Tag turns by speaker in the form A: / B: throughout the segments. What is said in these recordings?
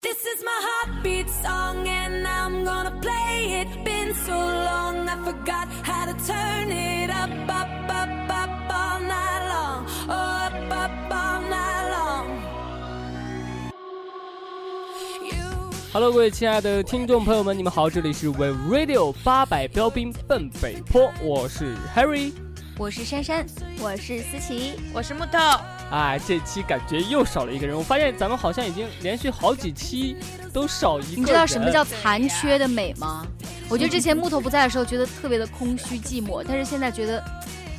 A: This is my heartbeat song, and I'm gonna play it. Been so long, I forgot how to turn it up, up, up, up all night long. Oh, up, up all night long. You.
B: Hello，各位亲爱的听众朋友们，你们好，这里是 We Radio 八百标兵奔北坡，我是 Harry。
C: 我是珊珊，我是思琪，
D: 我是木头，
B: 啊，这期感觉又少了一个人，我发现咱们好像已经连续好几期都少一个人。
C: 你知道什么叫残缺的美吗？我觉得之前木头不在的时候，觉得特别的空虚寂寞，但是现在觉得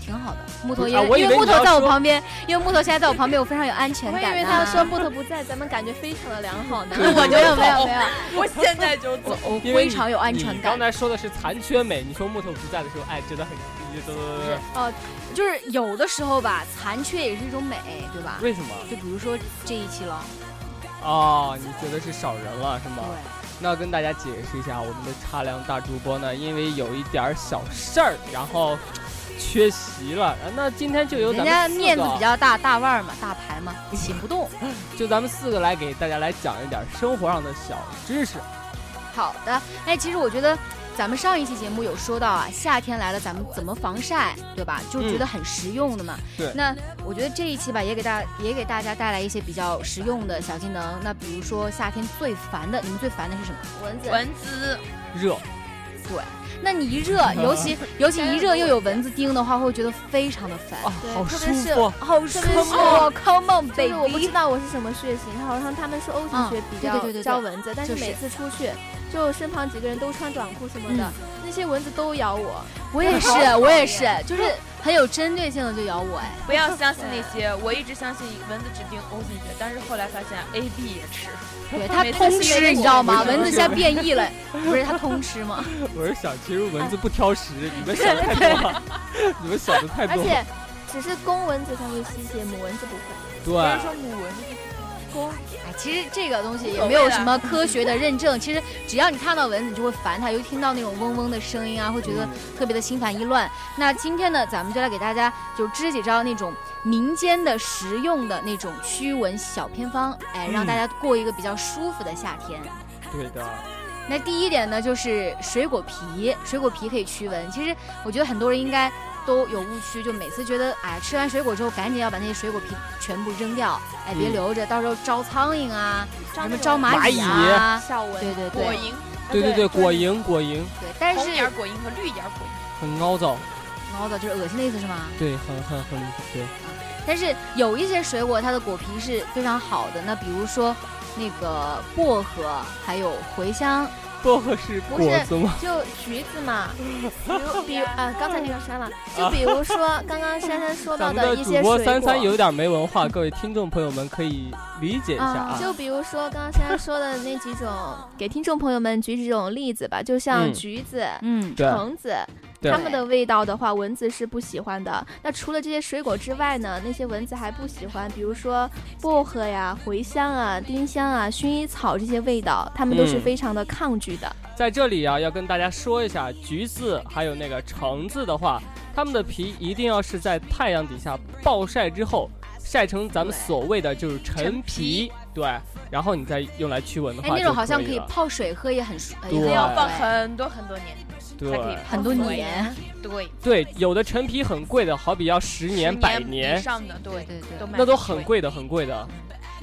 C: 挺好的。木头因
B: 啊我以
C: 因
B: 为
C: 为木
B: 你要
C: 头在我
B: 说
C: 旁边，因为木头现在在我旁边，我非常有安全
E: 我
C: 感、
E: 以
C: 啊。
E: 为他要说木头不在，咱们感觉非常的良 好呢。
B: 对
C: 我 没有没
D: 啊
C: 有没 有，
D: 我现在就走。
C: 我我
B: 因为
C: 非常有安全
B: 你刚。
C: 感
B: 才说的是残缺美，你说木头不在的时候，哎，真的很走走走走。
C: 哦就是有的时候吧，残缺也是一种美，对吧？
B: 为什么？
C: 就比如说这一期了，
B: 哦，你觉得是少人了是吗
C: 对？，
B: 那跟大家解释一下，我们的茶凉大主播呢，因为有一点儿小事儿，然后缺席了。啊那今天就由咱
C: 人
B: 们
C: 家
B: 四
C: 面子
B: 个啊嗯
C: 比较大，大腕儿嘛，大牌嘛，请不动。
B: 就咱们四个来给大家来讲一点生活上的小知识。
C: 好的，哎，其实我觉得咱们上一期节目有说到啊，夏天来了，咱们怎么防晒，对吧？就觉得很实用的嘛。
B: 对
C: 那我觉得这一期吧，也给大也给大家带来一些比较实用的小技能。那比如说夏天最烦的，你们最烦的是什么？
E: 蚊子，
D: 蚊子，
B: 热，啊
C: 那你一热，尤其尤其一热又有蚊子叮的话，会觉得非常的烦。
B: 啊，
E: 对
B: 好
E: 特
B: 舒
E: 别是
B: 服。
C: 好舒
E: 别是
C: 服哦，Come on
E: 就是我不知
C: baby，
E: 道我是什么血型，然后好像他们说 O 型血比
C: 嗯对对对对对
E: 较招蚊子，但是
C: 就是
E: 每次出去，就身旁几个人都穿短裤什么的
C: 嗯，
E: 那些蚊子都咬我。
C: 我也是
E: 好讨厌
C: 我也是，就是很有针对性的就咬我哎。
D: 不要相信那些。我一直相信蚊子只叮 O 型血，但是后来发现 A、B 也吃。
C: 对，它
D: 每次
C: 通
D: 是
C: 吃，
D: 那
C: 你
D: 种
C: 知道吗？
B: 蚊子
C: 蚊子
B: 是
C: 现在
B: 吧
C: 变异了，不是它通吃吗？
B: 我是想，其实蚊子不挑食，你们想的太多了， 你们想的太
E: 而
B: 多了。
E: 且只是公蚊子它会吸血，母蚊子不会。
D: 虽
B: 对
D: 然，说母蚊子
E: 公
C: 哎，其实这个东西也
D: 所
C: 没
D: 谓
C: 有
D: 的
C: 什么科学的认证。其实只要你看到蚊子，你就会烦它，又听到那种嗡嗡的声音啊，会觉得
B: 嗯
C: 特别的心烦意乱。那今天呢，咱们就来给大家就支几招那种民间的实用的那种驱蚊小偏方，哎，让
B: 嗯
C: 大家过一个比较舒服的夏天。
B: 对的，
E: 啊
C: 那第一点呢，就是水果皮，水果皮可以驱蚊。其实我觉得很多人应该都有误区，就每次觉得哎，吃完水果之后赶紧要把那些水果皮全部扔掉，哎，别
B: 嗯
C: 留着，到时候招苍蝇啊，什么
E: 那种
C: 招蚂
B: 蚂
C: 蚁啊，
E: 小蚊
C: 对对对
E: 子，
D: 果
C: 对
D: 蝇，
B: 对对对，
E: 就是
B: 果蝇果蝇
C: 对。但
D: 红眼
C: 是
D: 果蝇和绿眼果蝇。
B: 很凹糟，
C: 毛子就是恶心的意思是吗？
B: 对，很很很离谱，对，
C: 但是有一些水果它的果皮是非常好的，那比如说那个薄荷，还有茴香，
B: 薄荷是
E: 不
B: 果
E: 是
B: 子吗？
E: 就橘子嘛，比 如比如啊，刚才那个删了，
B: 啊
E: 就比如说刚刚珊珊说到
B: 咱们
E: 一
B: 的
E: 些
B: 主播
E: 水
B: 三
E: 果
B: 三。有点没文化，各位听众朋友们可以理解一下啊
C: 啊。
E: 就比如说刚刚珊珊说的那几种，给听众朋友们举几种例子吧，就像
B: 嗯
E: 橘子、
C: 嗯，
B: 对
E: 橙子，
B: 对
E: 它们的味道的话，蚊子是不喜欢的。那除了这些水果之外呢，那些蚊子还不喜欢，比如说薄荷呀、茴香啊、丁香啊、薰衣草这些味道，它们都是
B: 嗯
E: 非常的抗拒的。
B: 在这里啊，要跟大家说一下，橘子还有那个橙子的话，它们的皮一定要是在太阳底下暴晒之后，晒成咱们所谓的就是陈皮，对，然后你再用来驱蚊的
C: 哎，
B: 话，
C: 那种好像
B: 可
C: 可以
B: 了
C: 泡水喝，也很舒，也
B: 对
C: 很
D: 要
C: 好
D: 放
C: 哎
D: 很多很多年才可以
B: 对
D: 泡
C: 很多
D: 水
C: 年。
D: 对，
B: 对，有的陈皮很贵的，好比要十年、百
D: 以
B: 年，
D: 上的，对，
C: 对对
D: 都卖
B: 那都很。贵的，很贵的。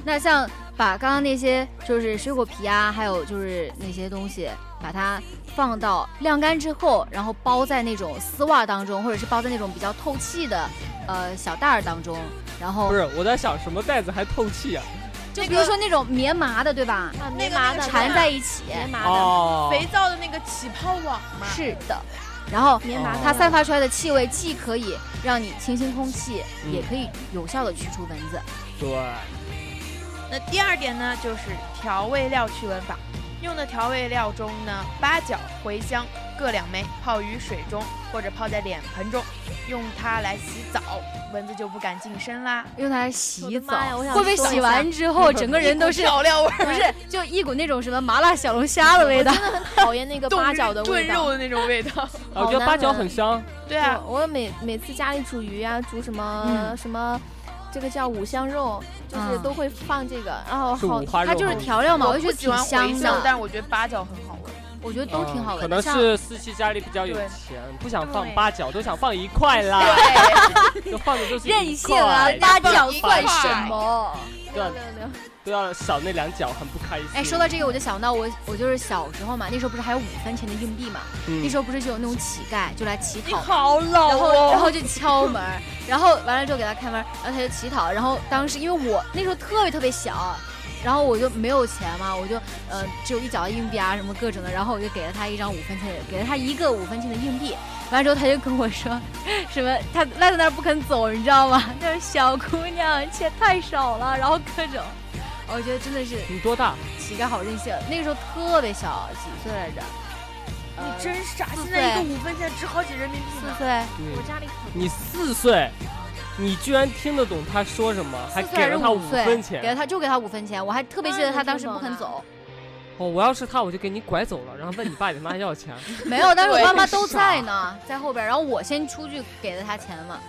C: 那像把刚刚那些就是水果皮啊，还有就是那些东西，把它放到晾干之后，然后包在那种丝袜当中，或者是包在那种比较透气的呃小袋儿当中，然后
B: 不是，我在想什么袋子还透气啊？
C: 就
D: 那
C: 比如
D: 个
C: 说那种棉麻的，对吧？
E: 啊，
D: 那
E: 棉
D: 个
E: 麻
D: 那
E: 的
D: 个
C: 缠在一起，
E: 棉麻哎的，
B: 哦，
D: 肥皂的那个起泡网嘛，
C: 是的。然后
E: 棉麻的
C: 它散发出来的气味，既可以让你清新空气，
B: 嗯
C: 也可以有效的驱除蚊子。
B: 哦对，
D: 那第二点呢，就是调味料驱蚊法。用的调味料中呢，八角、茴香各两枚，泡于水中或者泡在脸盆中，用它来洗澡，蚊子就不敢近身啦。
C: 用它来洗
E: 我的
C: 澡，
E: 妈呀我想
C: 会不会
E: 说一
C: 洗
E: 下
C: 完之后整个人都 是
D: 调料味儿，
C: 不是就一股那种什么麻辣小龙虾的味道？
E: 讨厌那个八角的
D: 炖
E: 味道
D: 肉。的那种味 道。
B: 啊我觉得
E: 好
B: 八
E: 难
B: 角
E: 闻
B: 很香，
D: 对啊，
E: 我我每每次家里煮鱼啊，煮什么、
C: 嗯
E: 什么，这个叫五香肉，就是都会放这个，然后
B: 啊是
E: 好
B: 五，花肉
C: 它
B: 吗，
C: 就是调料嘛，
D: 我
C: 我就觉
D: 不
C: 得
D: 喜
C: 挺
D: 欢茴
C: 香
D: 香，但
C: 的，
D: 是我觉得八角很好闻。
C: 我觉得都挺
B: 嗯
C: 好
B: 可
C: 闻
B: 能
C: 的。像
B: 是思琪家里比较有
D: 对
B: 钱，不想
D: 对
B: 放八角，都想放一块
C: 啊
B: 啦，
D: 对，
B: 就放的都是
C: 任
B: 一
C: 性啊
B: 块，
C: 八
D: 放
C: 角
D: 一
C: 算
D: 块
C: 什么？
B: 对啊
E: 六六六
B: 都要少那两角，很不开心。
C: 哎，说到这个，我就想到我，我就是小时候嘛，那时候不是还有五分钱的硬币嘛，那
B: 嗯
C: 时候不是就有那种乞丐就来乞讨嘛，
D: 好老哦
C: 然后然后就敲门儿，然后完了之后给他开门儿，然后他就乞讨，然后当时因为我那时候特别特别小，然后我就没有钱嘛，我就呃只有一角的硬币啊什么各种的，然后我就给了他一张五分钱的，给了他一个五分钱的硬币，完了之后他就跟我说什么他赖在那儿不肯走，你知道吗？ 他说小姑娘钱太少了，然后各种，我觉得真的是
B: 你多大？
C: 乞丐好任性，那个时候特别小，几岁来着？呃
D: 你真傻，
C: 四
D: 现在一个
C: 岁
D: 五分钱值好几人民币
C: 四
D: 呢。
C: 岁，
E: 我家里可
B: 你四岁，你居然听得懂他说什么，还
C: 四岁
B: 给了
C: 是
B: 他
C: 五
B: 五
C: 岁
B: 分
C: 给了
B: 钱。
C: 他就给他五分钱，我还特别记得他当时不肯走，
B: 哦，我要是他，我就给你拐走了，然后问你爸你妈要 钱。
C: 没有，但是我爸妈都在呢，在后边，然后我先出去给了他钱嘛，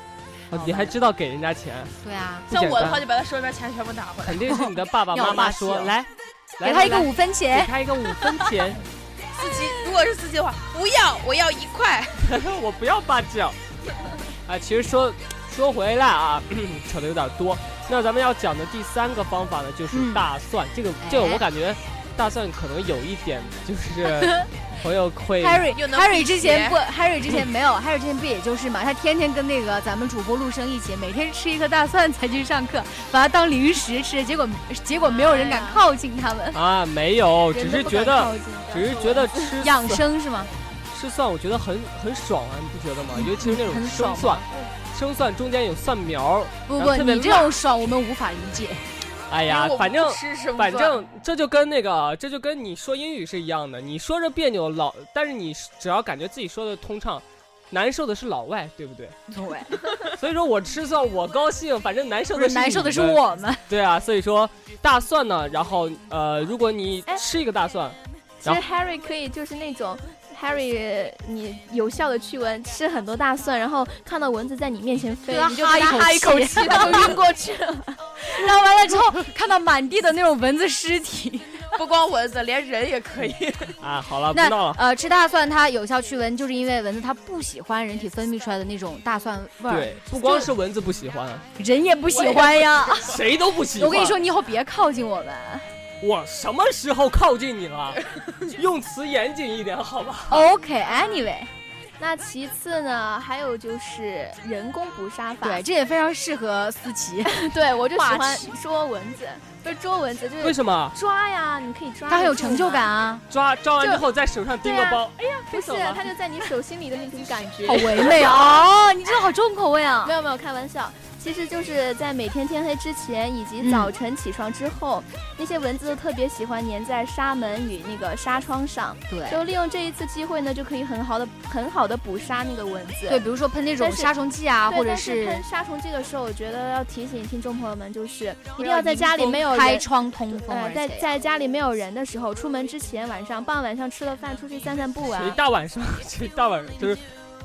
B: 哦你还知道给人家钱，
C: 对啊，
B: 不
D: 像
B: 简
D: 我的
B: 单
D: 话，就把他手里边钱全部拿回来。
B: 肯定是你的爸爸
C: 要
B: 妈妈
C: 霸气
B: 说
C: 哦
B: 来，来
C: 给他一个
B: 来
C: 五分
B: 给
C: 钱，
B: 他一个五分钱，
D: 四级，如果是四级的话，不要，我要一块。
B: 我不要八角。啊，其实说说回来啊， 扯的有点多。那咱们要讲的第三个方法呢，就是
C: 嗯
B: 大蒜。这个
C: 哎
B: 这个我感觉大蒜可能有一点就是朋友会
C: Harry
D: 又能
C: Harry
D: 辟
C: 之前
D: 邪
C: 不 Harry 之前没有 Harry 之前不也就是嘛，他天天跟那个咱们主播陆生一起，每天吃一颗大蒜才去上课，把它当零食吃，结果结果没有人敢
E: 哎呀
C: 靠近他们，
B: 啊，没有，
E: 人
B: 只
E: 都
B: 是
E: 不
B: 觉
E: 敢
B: 得
E: 靠近的
B: 只是觉得吃
C: 养
B: 蒜
C: 生是吗？
B: 吃蒜，我觉得很很爽啊，你不觉得吗？尤其是那种
C: 很
B: 生
C: 爽
B: 蒜，生蒜中间有蒜苗儿，
C: 不
B: 然
C: 不，
B: 后特别
C: 你这
B: 辣
C: 种爽我们无法理解，
B: 哎
D: 因
B: 呀
D: 为我，不
B: 反正
D: 吃什么
B: 反
D: 饭
B: 正这就跟那个，这就跟你说英语是一样的，你说着别扭老，但是你只要感觉自己说的通畅，难受的是老外，对不 对？
C: 对，
B: 所以说我吃蒜我高兴，反正难受
C: 不
B: 的
C: 是
B: 是
C: 难受的
B: 你
C: 是
B: 们。
C: 我们。
B: 对啊，所以说大蒜呢，然后呃，如果你
E: 哎
B: 吃一个大蒜，
E: 其实 Harry 可以就是那种 Harry，你有效的驱蚊，吃很多大蒜，然后看到蚊子在你面前飞，
C: 对啊
E: 你就
C: 哈
E: 哈
C: 一口
E: 哈一口
C: 气
E: 气，它就晕过去 了。
C: 然后完了之后，看到满地的那种蚊子尸体。
D: 不光蚊子，连人也可以。
B: 啊，好了，不
C: 那
B: 闹了。
C: 呃，吃大蒜它有效驱蚊，就是因为蚊子它不喜欢人体分泌出来的那种大蒜味儿，
B: 对，不光是蚊子不喜欢，
C: 人也不喜欢啊呀。
B: 谁都不喜
C: 我
B: 欢。
C: 跟你说，，你以后别靠近我们。
B: 我什么时候靠近你 了？用词严谨一点，好吧？
C: OK，Anyway，、
E: 那其次呢，还有就是人工捕杀法。
C: 对，这也非常适合思 琪，
E: 对，我就喜
C: 霸
E: 欢
C: 气
E: 捉蚊子，不是捉蚊子，就
B: 为
E: 是
B: 什么？
E: 抓呀，你可以抓。
C: 它很有成就感。啊，
B: 抓抓完之后在手上钉个
E: 对啊
B: 包，
E: 不是
B: 走了，
E: 它就在你手心里的那种感 觉
C: 好。唯美 啊！哦，你真的好重口味啊
E: 没。有没有，开玩笑。其实就是在每天天黑之前，以及早晨起床之后，那些蚊子都特别喜欢粘在纱门与那个纱窗上，
C: 对
E: 就利用这一次机会呢，就可以很好的很好的捕杀那个蚊子。
C: 对，比如说喷那种
E: 但是
C: 杀虫剂啊，
E: 对
C: 或者
E: 但是喷杀虫剂的时候，我觉得要提醒听众朋友们，就是一定要在家里没有
C: 开
E: 人。
C: 窗通风，啊
E: 呃
C: 而，
E: 在
C: 且
E: 在家里没有人的时候，出门之前，晚上傍晚上吃了饭，出去散散步
B: 谁
E: 啊。
B: 大晚上，谁大晚上就是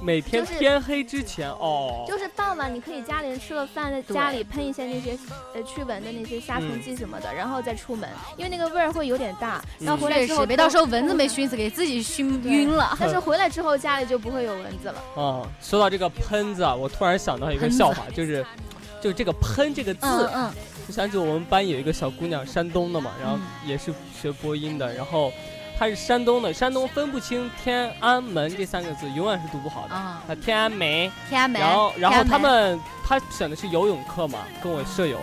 B: 每天
E: 就是
B: 天黑之前哦，
E: 就是傍晚，你可以家里人吃了饭，在
C: 对
E: 家里喷一些那些呃驱蚊的那些杀虫剂什么的，
C: 嗯
E: 然后再出门，因为那个味儿会有点大。然后回来
C: 确
E: 之
C: 实
E: 后，嗯
C: 别到时候蚊子没。熏死，给自己熏
E: 对
C: 晕了。
E: 但是回来之后家里就不会有蚊子了。
B: 嗯，说到这个喷子啊，我突然想到一个
C: 喷子
B: 笑话，就是就是这个喷这个字，
C: 嗯
B: 我想起我们班有一个小姑娘，山东的嘛，然后也是学播音的，然后她是山东的，山东分不清天安门这三个字，永远是读不好
C: 嗯
B: 的。
C: 啊，
B: 啊，天安门，
C: 天安门，
B: 然后然后
C: 天安门
B: 他们他选的是游泳课嘛，跟我舍友，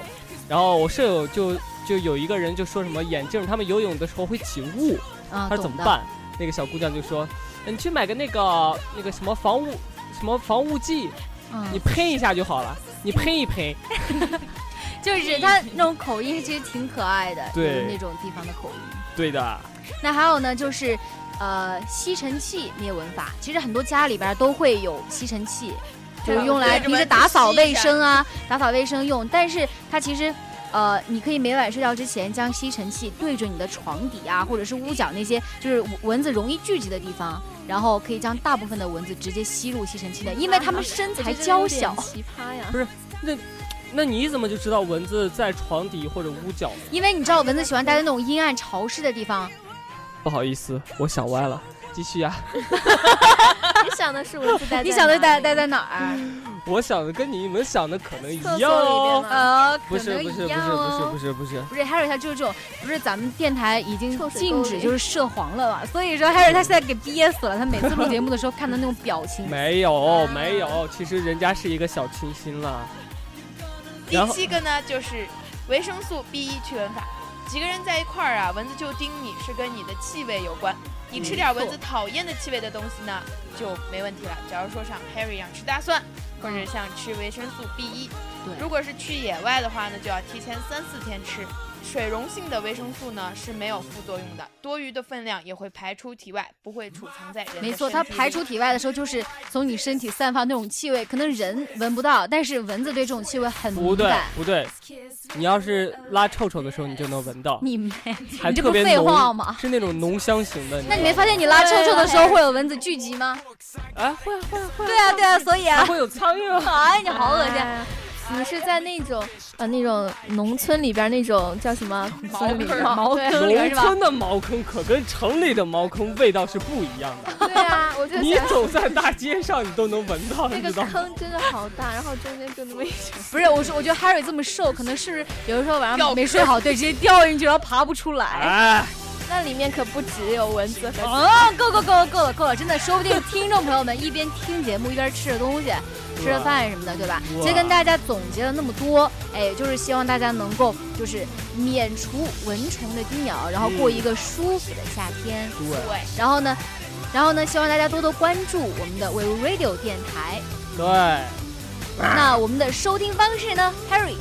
B: 然后我舍友就就有一个人就说什么眼镜，他们游泳的时候会起雾，
C: 嗯，
B: 他说怎
C: 懂
B: 么
C: 的？
B: 办？那个小姑娘就说，哎你去买个那个那个什么防雾什么防雾剂，
C: 嗯
B: 你喷一下就好了，你喷一喷。
C: 就是他那种口音其实挺可爱的，
B: 对
C: 就是那种地方的口音。
B: 对的，
C: 那还有呢，就是呃吸尘器灭蚊法，其实很多家里边都会有吸尘器，就是用来
D: 对
C: 平时打扫卫生啊，打扫卫生用。但是它其实。呃，你可以每晚睡觉之前将吸尘器对准你的床底啊，或者是屋角那些就是蚊子容易聚集的地方，然后可以将大部 分的蚊子直接吸入吸尘器内，因为它们身材娇小。
E: 奇葩呀！
B: 不是那你怎么就知道蚊子在床底或者屋角呢？
C: 因为你知道蚊子喜欢待在那种阴暗潮湿的地方，
B: 不好意思，我想歪了，继续啊。
E: 你想的是蚊子待
C: 你想的
E: 在哪
C: 待
E: 里
C: 待在哪
B: 嗯
C: 儿？
B: 我想的跟你们想的可能一
E: 厕所里
B: 样哦
E: 面。吗？
C: 呃，
B: 不
C: 可
B: 是
C: 能
B: 不是
C: 一
B: 不是
C: 样
B: 不是
C: 哦
B: 不。是不是，
C: 不是，还有一下就是这种，不是咱们电台已经
E: 臭水
C: 禁
E: 沟
C: 止
E: 里
C: 就是涉黄了吧？ 所以说，还有他现在给憋死了。他每次录节目的时候看他那种表情，
B: 没有没有，其实人家是一个小清新啦。
D: 第
B: 然后
D: 七个呢，就是维生素 B 一驱蚊法。几个人在一块儿啊，蚊子就叮你，是跟你的气味有关。你吃点蚊子讨厌的气味的东西呢，就没问题了。假如说像 Harry 一样吃大蒜，或者像吃维生素 B 一，
C: 对
D: 如果是去野外的话呢，就要提前三四天吃。水溶性的维生素呢是没有副作用的，多余的分量也会排出体外，不会储藏在人的
C: 没错，
D: 身
C: 它
D: 体
C: 排
D: 里
C: 出体外的时候，就是从你身体散发那种气味，可能人闻不到，但是蚊子对这种气味很
B: 不
C: 敏
B: 对
C: 感。
B: 不对，你要是拉臭臭的时候，你就能闻到，
C: 你没，
B: 还
C: 你这
B: 特
C: 不
B: 别
C: 废话
B: 浓，
C: 吗？
B: 是那种浓香型的。
C: 那你
B: 知道
C: 没
B: 吗
C: 发现你拉臭臭的时候会有蚊子聚集吗？
B: 哎，会啊会啊会啊，
C: 对啊，对啊，所以
B: 还
C: 啊，
B: 会有苍蝇 啊。
C: 哎，你 好恶心。
E: 哎你是在那种呃那种农村里边那种叫什么
D: 茅坑儿
C: 茅
E: 对
C: 坑里边
B: 农
C: 是吧？
B: 村的茅坑可跟城里的茅坑味道是不一样 的。
E: 对啊，我就
B: 你
E: 想
B: 走在大街上，你都能闻到，
E: 那
B: 你
E: 个
B: 知道吗？
E: 坑真的好大，然后中间就那么一小
C: 不是，我说，我觉得 Harry 这么瘦，可能是有的时候晚
D: 掉
C: 上没睡好，对，直接掉进去，然后爬不出来。
B: 哎，
E: 那里面可不只有蚊 子和。
C: 啊，够够够了，够了，够了！真的，说不定听众朋友们一边听节目一边吃着东西，吃着饭什么的，对吧？
B: 哇
C: 今天跟大家总结了那么多，哎，就是希望大家能够就是免除蚊虫的叮咬，然后过一个舒服的夏天。
B: 对
D: 对。
C: 然后呢，然后呢，希望大家多多关注我们的 We Radio 电台。
B: 对。
C: 那我们的收听方式呢，Harry？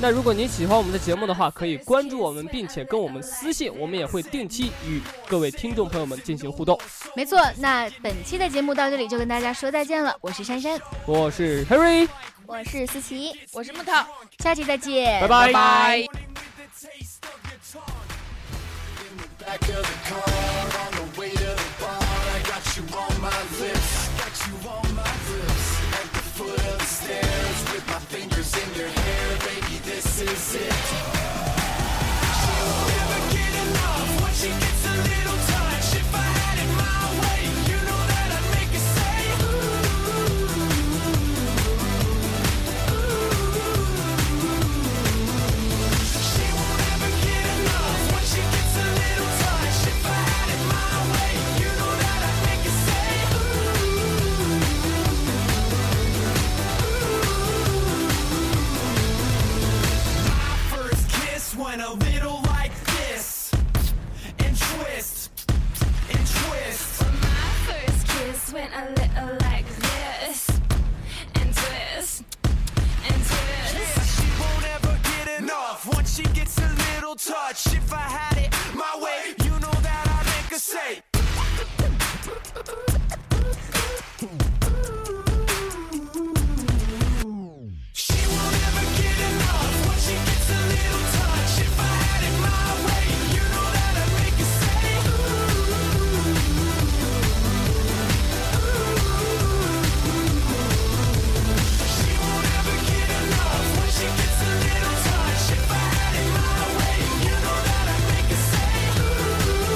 B: 那如果您喜欢我们的节目的话，可以关注我们，并且跟我们私信，我们也会定期与各位听众朋友们进行互动。
C: 没错，那本期的节目到这里就跟大家说再见了，我是珊珊，
B: 我是 Harry，
E: 我是思琪，
D: 我是木头，
C: 下期再见，
B: 拜拜
D: 拜。
F: first kiss went a little like this and twist and twist
A: My first kiss went a little like this and twist and twist.
F: she won't ever get enough once she gets a little touch if i had it my way you know that i'd make her say she won't ever get enough once she gets a little touch if i had it my way you know that i'd make her say She won't ever get enough when she gets a little touch. If I had it my way, you know that I'd make her say.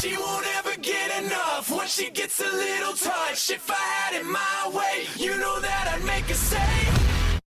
F: She won't ever get enough when she gets a little touch. If I had it my way, you know that I'd make her say.